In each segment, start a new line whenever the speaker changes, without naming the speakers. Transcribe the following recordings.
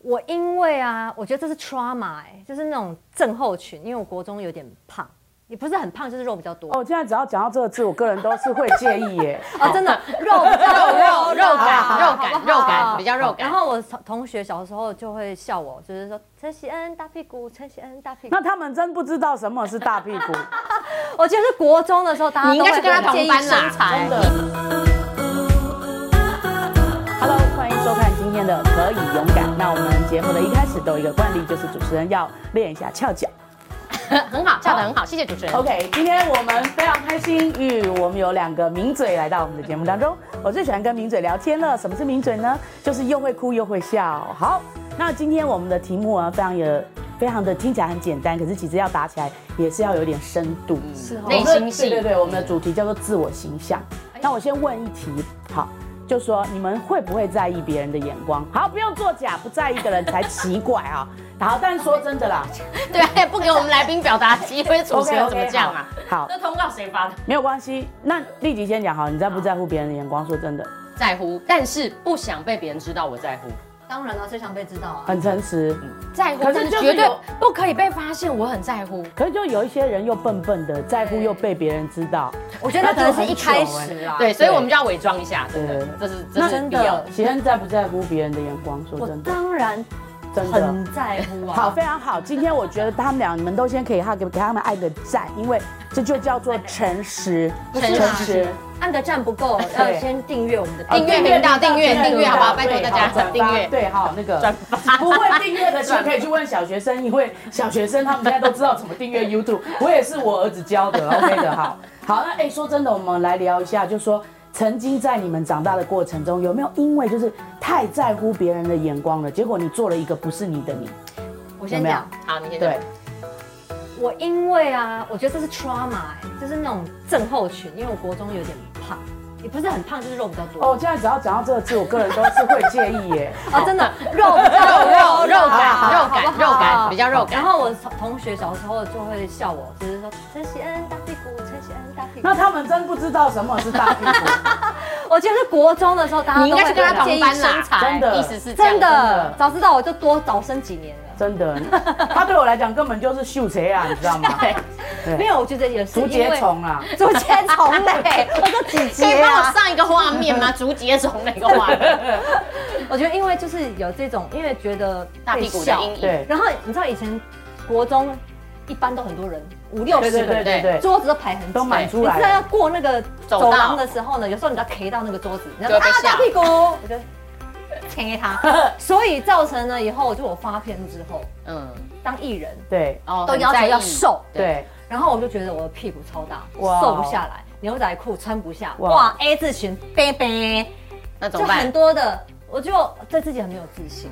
我因为啊，我觉得这是 trauma 哎、就是那种症候群，因为我国中有点胖，也不是很胖，就是肉比较多。
哦，我现在只要讲到这个字，我个人都是会介意耶。
哦，真的肉比较
肉肉肉
好
感
好好
肉感
不好
肉感比较肉
然
感。
后我同同学小时候就会笑我，就是说陈喜恩大屁股，陈喜恩大屁股。
那他们真不知道什么是大屁股。
我记得是国中的时候，大家
你应该是
都会
跟他
很
同
介意
班
身
啦，
材
材。
Hello，欢迎收看今天的《可以勇敢》。那我们节目的一开始都有一个惯例，就是主持人要练一下翘脚。
很好，笑得很好，谢谢主持人。
OK，今天我们非常开心，与我们有两个名嘴来到我们的节目当中。我最喜欢跟名嘴聊天了。什么是名嘴呢？就是又会哭又会笑。好，那今天我们的题目啊，非常有，非常的听起来很简单，可是其实要打起来也是要有点深度。是
嗯
哦
内心戏哎
对对对，我们的主题叫做自我形象。那我先问一题，好。就说你们会不会在意别人的眼光？好，不用作假，不在意的人才奇怪啊、好，但是说真的啦，
对啊，也不给我们来宾表达机会，主持人怎么这样啊？
OK，OK，好？好，
这通告谁发的？
没有关系，那立即先讲好，你在不在乎别人的眼光？说真的，
嗯
在乎，但是不想被别人知道我在乎。
当然了，最想被知道啊。
很诚实。
在乎，
可是
但是
就是
绝对
有
不可以被发现，我很在乎。
可是就有一些人又笨笨的，在乎又被别人知道。
我觉得那只是一开始啊。
对，所以我们就要伪装一下，真的
对，
这是这是
真
必要
的
的。，
喜恩在不在乎别人的眼光？说
我
真的，
当然
真的。
很在乎啊。
好，，非常好。今天我觉得他们俩，你们都先可以哈给给他们爱个赞，因为这就叫做诚实，
诚实按个赞不够，要
对
先订阅我们的
好
订阅频道订阅订阅好不好
对
拜托大家
好转发
订阅
对，好那个
转发
不会订阅的，其实可以去问小学生，因为小学生他们现在都知道怎么订 阅 YouTube。我也是我儿子教的，OK 的。好，好，那哎，说真的，我们来聊一下，就说曾经在你们长大的过程中，有没有因为就是太在乎别人的眼光了，结果你做了一个不是你的你？
我
有
先
没有
讲，
好，你先
对
对，，
我因为啊，我觉得这是 trauma，、欸、就是那种症候群，因为我国中有点胖，也不是很胖，就是肉比较多。
哦
哦，，
现在只要讲到这个字，我个人都是会介意耶。
真
哦
的，肉比较
肉
多
肉肉
好
感，
不好
肉感，肉感比较肉
然
感。
后我同学小时候就会笑我，就是说陈喜恩大屁股，陈喜恩大屁股。
那他们真不知道什么是大屁股。
我记得是国中的时候，大家
你应该是跟他
建
同
议
班
身
啦，
材，
真的
意思是这样
真
子
的，早知道我就多早生几年了。
真的， 他对我来讲根本就是秀谁啊，你知道吗？对
没有，我觉得也是
竹节虫啊啦、
竹节虫嘞，我说几
可以
节
帮我
啊？
上一个画面吗？竹节虫的一个画面，
我觉得因为就是有这种，因为觉得
大屁股的阴影。
对
然后你知道以前国中一般都很多人，五六
对
十个
对对
人，
对对，
桌子都排很挤
都满
你
出
知
来
道
了
要过那个
走
走
道
廊的时候呢，有时候你要 K 到那个桌子，你要
就
说
会
啊
被吓
大屁股，我就 K 他，所以造成了以后我就我发片之后
嗯，
当艺人
对
哦
都要求要，瘦，
对，
然后我就觉得我的屁股超大，
哇哦
瘦不下来，牛仔裤穿不下，
哇
哇 A 字裙，背背，
很在意那怎
就
么
很
办？嗯
多的，我就对自己很没有自信。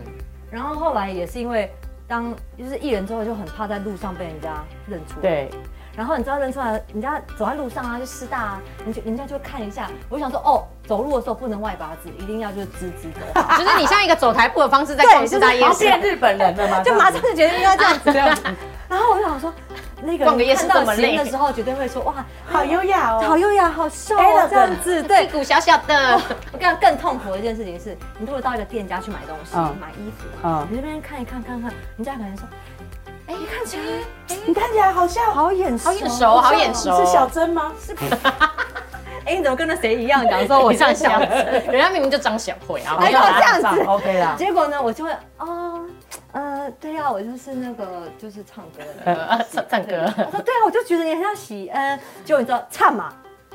然后后来也是因为当就是艺人之后，就很怕在路上被人家认出来。。
对，
然后你知道认出来，人家走在路上啊，就师大啊，你就人家就会看一下。我就想说，哦，走路的时候不能外八字，一定要就是直直 走，
就是你像一个走台步的方式
哦
在逛四大夜
好
市，
变日本人了 吗？
就马上就觉得应该这样 子。
这样子，
然后我就想说，那个
啊逛个夜
人
市
看
这么
到行
累
的时候，绝对会说，哇，
好优雅哦。
好优雅，好瘦哦
哎
Elegant，
这样 子。对
屁，股小小的，
我跟你讲，更痛苦的一件事情是，你如果到一个店家去买东西，
嗯
买衣服，啊
嗯
你这边看一看看看，人家可能说，哎、看起来
你看起来好像
好眼熟，
好眼熟，好眼熟，
是小珍吗？
哎、你怎么跟那谁一样讲说我
你像
像
小
小
子
子？，
人家明明就张小慧啊，
哎
好
这
啦
样子
好啦 OK 啦。
结果呢，我就会哦，呃，对啊，我就是那个就是唱歌的。
呃唱唱歌，
我说对啊，我就觉得你很像喜恩。结果你知道，唱嘛，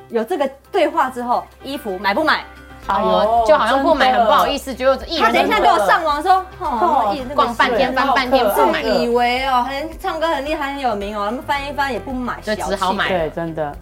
有这个对话之后，衣服买不买？
哎呦，就好像不买很不好意思，觉得艺
他等一
人
下给我上网说，哦，艺那个
逛半天翻半天不买，
自以为哦，很唱歌很厉害，很有名哦，他们翻一翻也不买，
就
小
只好
气
买
对，真的。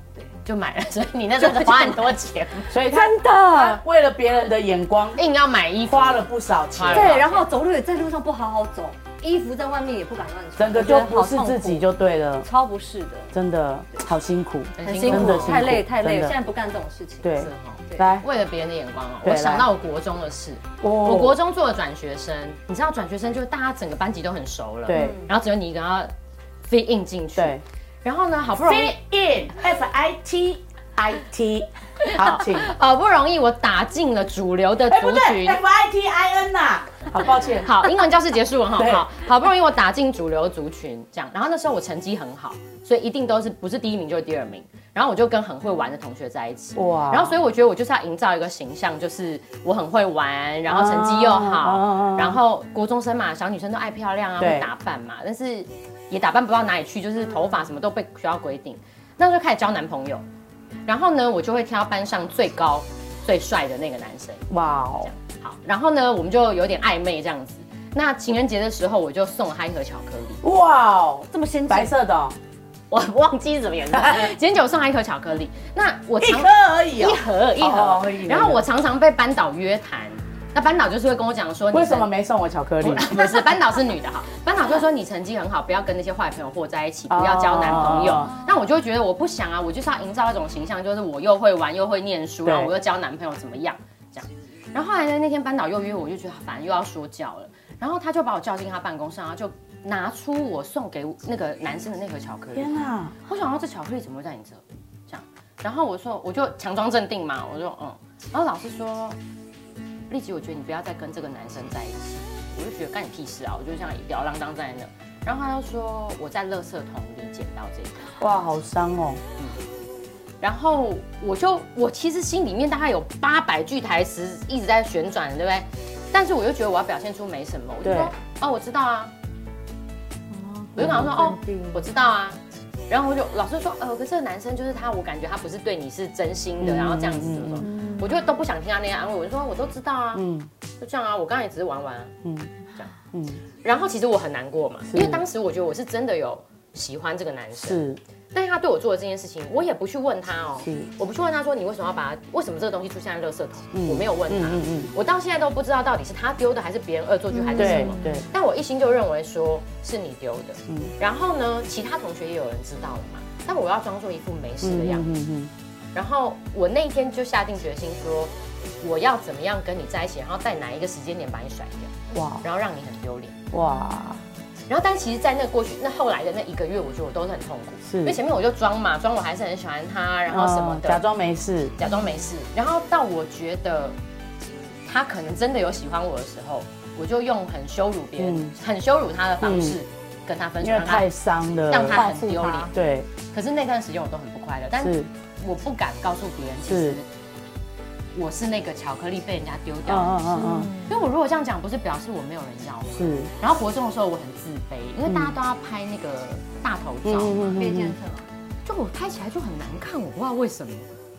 就买了，所以你那时候花很多钱，
所以他
真的。
为了别人的眼光，
硬要买衣服，
花了不少
花
钱
了，
对，然后走路也在路上不好好走，衣服在外面也不敢乱穿，
整个
我觉
就
得好
不是
痛苦
自己，就对了，
超不是的，
真的好辛苦。
很辛
真的
苦，
辛苦
太累太累
真
了，
的
现在不干这种事情。
对
是，哦
对
来，
为了别人的眼光哦，
对
我
来
想到我国中的事。我
我
国中做了转学生，你知道转学生就是大家整个班级都很熟了，
对
然后只有你一个人要 fit in 进去，
对
然后呢，好不容易
in F I T I T，好，请。
哎哦好不容易我打进了主流的
哎，
族
不对
群，
，F I T I N 呐，好，抱歉，
好，英文教室结束了哈
对，
好，好不容易我打进主流族群，这样，然后那时候我成绩很好，所以一定都是不是第一名就是第二名，然后我就跟很会玩的同学在一起，
哇
然后所以我觉得我就是要营造一个形象，就是我很会玩，然后成绩又
啊
好，然后国中生嘛，小女生都爱漂亮啊，
对
会打扮嘛，但是也打扮不到哪里去，就是头发什么都被学校规定，那时候开始交男朋友，然后呢，我就会挑班上最高、最帅的那个男生。
哇哦，
好，然后呢，我们就有点暧昧这样子。那情人节的时候，我就送了他一盒巧克力，
哇哦，
这么先
白
进，
色的哦，
我忘记是什 么颜色。情人节我送他一盒巧克力，那我
一
常
颗而已哦
一，盒一
哦
盒
哦一盒，
然后我常常被班导约谈。那班导就是会跟我讲说，你
为什么
成？
没送我巧克力？
不是班导是女的哈，班导就说你成绩很好，不要跟那些坏朋友和在一起，不要交男朋友
哦。
那我就会觉得我不想啊，我就是要营造一种形象，就是我又会玩又会念书，
对
然后我又交男朋友怎么样这样。然后后来呢，那天班导又约我，我就觉得反正又要说教了，然后他就把我叫进他办公室，然后就拿出我送给我那个男生的那盒巧克力。
天哪，
我想到这巧克力怎么会在你这？这样，然后我说我就嗯强装镇定嘛，我就嗯，然后老师说，立即我觉得你不要再跟这个男生在一起，我就觉得干你屁事啊，我就像吊儿郎当在那。然后他就说我在垃圾桶里捡到这个，
哇，好伤哦，
然后我就我其实心里面大概有八百句台词一直在旋转，对不对？但是我又觉得我要表现出没什么，我就说哦我知道啊，我就跟他说哦
镇定
我知道啊。然后我就老师说，呃，可是这个男生就是他，我感觉他不是对你是真心的，
嗯
然后这样子怎么怎么，我就都不想听他那样安慰。我就说我都知道啊，
嗯
就这样啊，我刚才也只是玩玩啊。
嗯
这样
嗯，
然后其实我很难过嘛，
是
因为当时我觉得我是真的有喜欢这个男生，
是
但是他对我做的这件事情，我也不去问他哦
是，
我不去问他说你为什么要把他为什么这个东西出现在垃圾桶，
嗯
我没有问他
嗯嗯嗯，
我到现在都不知道到底是他丢的还是别人恶作剧还是什
对
么。
对，
但我一心就认为说是你丢的，
嗯
然后呢，其他同学也有人知道了嘛，但我要装作一副没事的
嗯
样子。
嗯嗯
然后我那一天就下定决心说，我要怎么样跟你在一起，然后在哪一个时间点把你甩掉，
嗯，哇
然后让你很丢脸。
哇，
然后，但其实，在那过去那后来的那一个月，我觉得我都是很痛苦，
是
因为前面我就装嘛，装我还是很喜欢他，然后什么
嗯
的，
假装没事，
假装没事。然后到我觉得他可能真的有喜欢我的时候，我就用很羞辱别人、
嗯
很羞辱他的方式跟他分手，
因为
让他
太伤了，
让他
报
很
复
丢
他
脸。
对
可是那段时间我都很不快乐，但
是
是我不敢告诉别人，其
是
实我是那个巧克力被人家丢
嗯
掉的。
嗯嗯
因为我如果这样讲，不是表示我没有人要吗
嗯？是
然后活动的时候我很自卑，因为大家都要拍那个大头
嗯
照嘛，
嗯嗯嗯嗯
被建设。
就我拍起来就很难看，我不知道为什么，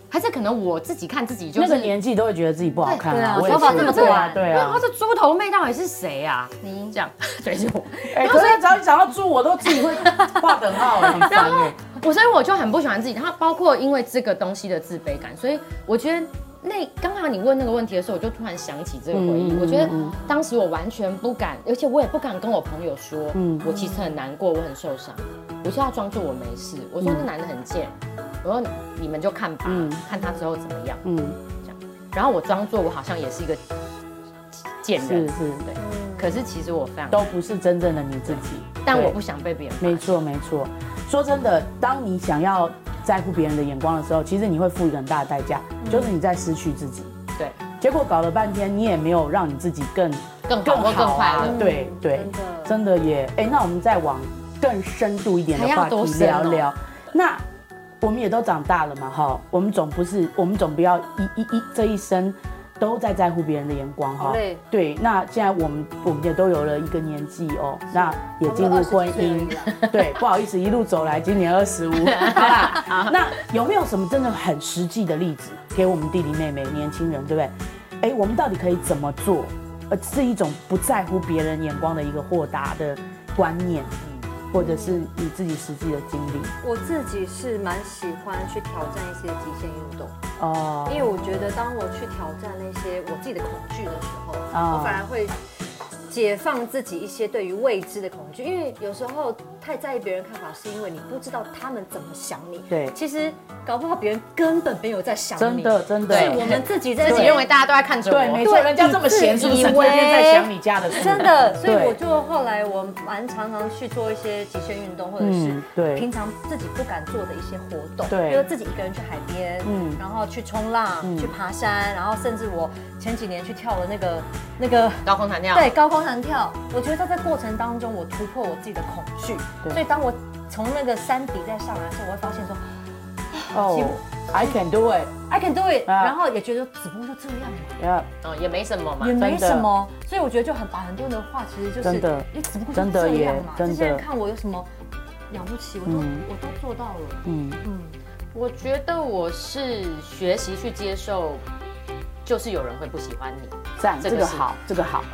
还是可能我自己看自己就是
那个年纪都会觉得自己不好看
对对
啊，
啊
我也
头发
是
这么
对啊
短
对
对啊
啊，，
这猪头妹到底是谁啊？你这样 对就我，
哎，可是只要讲到猪，我都自己会画等号，很
啊
烦哎，
我所以我就很不喜欢自己，然后包括因为这个东西的自卑感，所以我觉得那刚刚你问那个问题的时候，我就突然想起这个回忆。
嗯嗯
我觉得
嗯
当时我完全不敢，而且我也不敢跟我朋友说，
嗯
我其实很难过，我很受伤，我就要装作我没事。我说那男的很贱，我说你们就看吧，
嗯
看他之后怎么样。
嗯，
然后我装作我好像也是一个贱
是
人，
是，嗯
可是其实我非常，
都不是真正的你自己，
但
对
我不想被别人发
没
现。
错，没错。说真的，当你想要在乎别人的眼光的时候，其实你会付一个很大的代价，
嗯
就是你在失去自己。
对，
结果搞了半天，你也没有让你自己更
更好或更快乐。
啊对对，
嗯真的
真的耶。哎，那我们再往更深度一点的
还要
话
多
题
深
聊
哦
聊。那我们也都长大了嘛，哈，我们总不是，我们总不要一一一这一生都在在乎别人的眼光哈
好累。
对，那现在我们我们也都有了一个年纪哦，那也进入婚姻，对，不好意思，一路走来，今年二十五，好吧？那有没有什么真的很实际的例子给我们弟弟妹妹、年轻人，对不对？哎，我们到底可以怎么做？呃，是一种不在乎别人眼光的一个豁达的观念，或者是你自己实际的经历
我自己是蛮喜欢去挑战一些极限运动，
哦。
因为我觉得当我去挑战那些我自己的恐惧的时候，
啊
我反而会解放自己一些对于未知的恐惧，因为有时候太在意别人看法，是因为你不知道他们怎么想你。
对
其实搞不好别人根本没有在想
真
你，
的真的
是我们自己在
自己认为大家都在看着
对，没
我，
错，
对
人家这么闲，
你自
是不
以
是
为
整天在想你家的事？
真的，所以
对
我就后来我蛮常常去做一些极限运动，或者是
嗯对
平常自己不敢做的一些活动，
对
比如自己一个人去海边，
嗯
嗯，然后去冲浪、
嗯
去爬山，然后甚至我前几年去跳了那个那个。
高空弹跳，
对，高空弹跳，我觉得在这过程当中，我突破我自己的恐惧，
对
所以当我从那个山底再上来的时候，我会发现说
哦，I can do it，
I can do it，、
啊
然后也觉得只不过就这样嘛，
yeah，
嗯，也没什么嘛
也，没
真的
什么，所以我觉得就很把很多人的话，其实就是
真的
你只不过
真
就
的
这样
耶
嘛，
真的
这些人看我有什么了不起，我都、
嗯
我都做到了，
嗯，
嗯，
我觉得我是学习去接受，就是有人会不喜欢你。
赞，
这
这
个
个
是
好，这个好，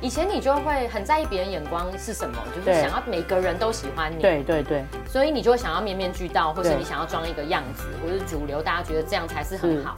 以前你就会很在意别人眼光是什么，就是
对
想要每个人都喜欢你，
对对对，
所以你就会想要面面俱到，或是
对
你想要装一个样子，或是主流，大家觉得这样才是
是
很好。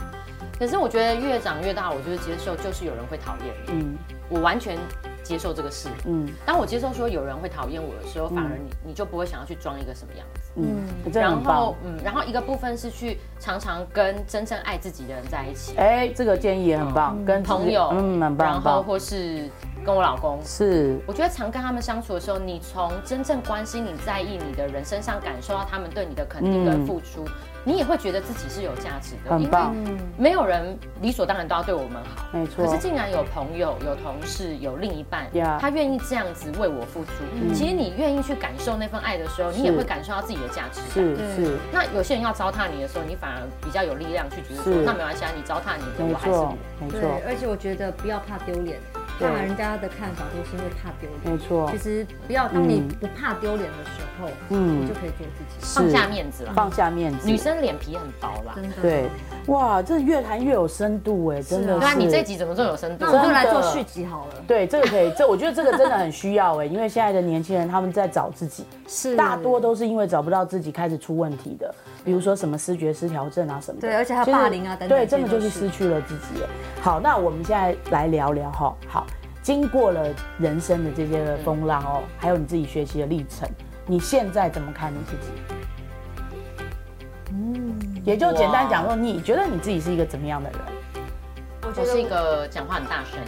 可是我觉得越长越大，我就是接受，就是有人会讨厌你，
嗯
我完全接受这个事。
嗯
当我接受说有人会讨厌我的时候，反而你、你就不会想要去装一个什么样子。
嗯，这样
然
很棒
后。嗯，然后一个部分是去常常跟真正爱自己的人在一起，
哎，这个建议也很棒，跟自己
朋友，
嗯，很棒，
然
很
后
棒，
或是跟我老公，
是，
我觉得常跟他们相处的时候，你从真正关心你、在意你的人身上感受到他们对你的肯定跟付出，你也会觉得自己是有价值的，嗯
很棒
嗯
因为没有人理所当然都要对我们好，
没错
可是竟然有朋友、有同事、有另一半
Yeah
他愿意这样子为我付出，其实你愿意去感受那份爱的时候，你也会感受到自己的价值感。
是是，
那有些人要糟蹋你的时候，你反而比较有力量去觉得
是
说，那没关系啊，你糟蹋你的，
没
我还是我
错。没
对
错，
而且我觉得不要怕丢脸，
对
怕人家的看法都是因为怕丢脸，
没错
其，实不要当你
嗯
不怕丢脸的时候，
嗯
你就可以做自己，
放下面子了。
放下面子，
女生脸皮很薄啦，
真的。
对，嗯哇，这越谈越有深度哎，真的
是
是。
对啊，你这集怎么这么有深度啊
那我？们就来
真的
做续集好了，
对这个可以，这我觉得这个真的很需要哎，因为现在的年轻人他们在找自己，
是
大多都是因为找不到自己开始出问题的，比如说什么视觉失调症啊什么的。
对而且还有
其实
霸凌啊等等
对，
这
真
些
的
都
就是
是
失去了自己耶。好，那我们现在来聊聊哈。好，经过了人生的这些风浪哦，还有你自己学习的历程，你现在怎么看你自己？嗯，也就简单讲说，你觉得你自己是一个怎么样的人？
我
我是一个讲话很大声，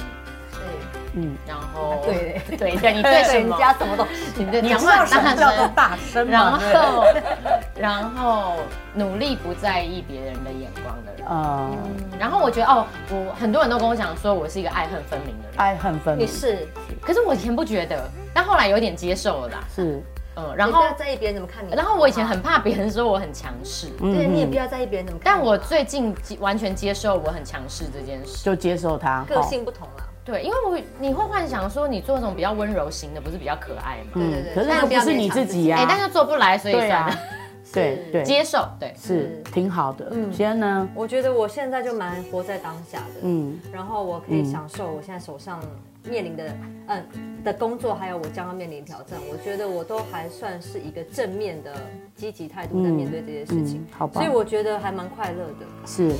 嗯，
然 后
对
对对，你对什
人
么？
家什么东西，
你的
你
讲
知
话
道
很
什么叫 做
大
大声
声，然
吗？
后 然后努力不在意别人的眼光的人。
呃，
然后我觉得哦，我很多人都跟我讲说我是一个爱恨分明的人，
爱恨分
你
明
是
嗯
可是我以前不觉得，但后来有点接受了啦。
是，
嗯，然
你不
后
要在意别人怎么看你，
然后我以前很怕别人说我很强势，
对你也
嗯
不要在意别人怎么看
但
你嘛，
我最近完全接受我很强势这件事。
就接受它。
个
好
性不同啊啦，
对，因为我你会幻想说你做那种比较温柔型的，不是比较可爱吗？
对对对
嗯可是那
但不要
不是
勉
你
强
自
自
己
己
呀、
哎、但是做不来，所以
啊对
算了，
啊， 对对，
接受。对，
是挺好的。嗯，先呢，
我觉得我现在就蛮活在当下的，
嗯，
然后我可以享受我现在手上面临的，嗯，的工作，还有我将要面临的挑战，我觉得我都还算是一个正面的积极态度在面对这些事情
嗯，好吧
所以我觉得还蛮快乐的。
是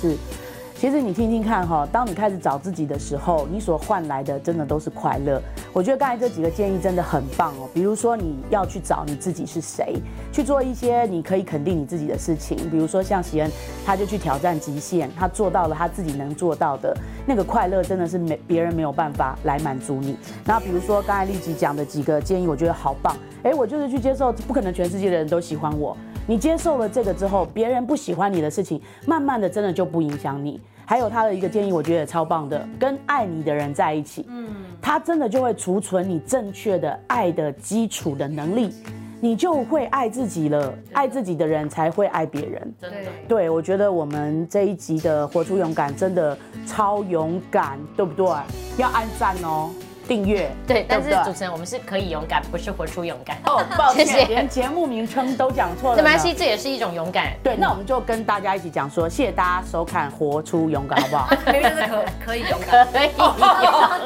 是。其实你听听看哈、当你开始找自己的时候，你所换来的真的都是快乐。我觉得刚才这几个建议真的很棒哦，比如说你要去找你自己是谁，去做一些你可以肯定你自己的事情，比如说像喜恩，他就去挑战极限，他做到了他自己能做到的那个快乐，真的是没别人没有办法来满足你。然后比如说刚才丽吉讲的几个建议，我觉得好棒。哎，我就是去接受，不可能全世界的人都喜欢我。你接受了这个之后，别人不喜欢你的事情，慢慢的真的就不影响你。还有他的一个建议，我觉得也超棒的，跟爱你的人在一起，嗯，他真的就会储存你正确的爱的基础的能力，你就会爱自己了。爱自己的人才会爱别人。
真的。
对，我觉得我们这一集的活出勇敢真的超勇敢，对不对？要按赞哦，订阅。
对，但
不
是主持人，我们是可以勇敢，不是活出勇敢。
哦，抱歉，
谢谢
连节目名称都讲错了
没
呢。
关系，这也是一种勇敢。
对，那我们就跟大家一起讲说，谢谢大家收看《活出勇敢》，好 不好？
明明就是可可以勇敢，
可以，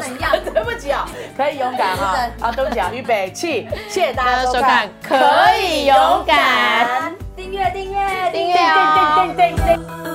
怎样？
对不起啊、可以勇敢 哈、啊，对不起啊，预备起，谢谢大家
大家
收
收
看
看，，可以勇敢，
订阅订阅
订阅哦。
叮叮叮叮叮。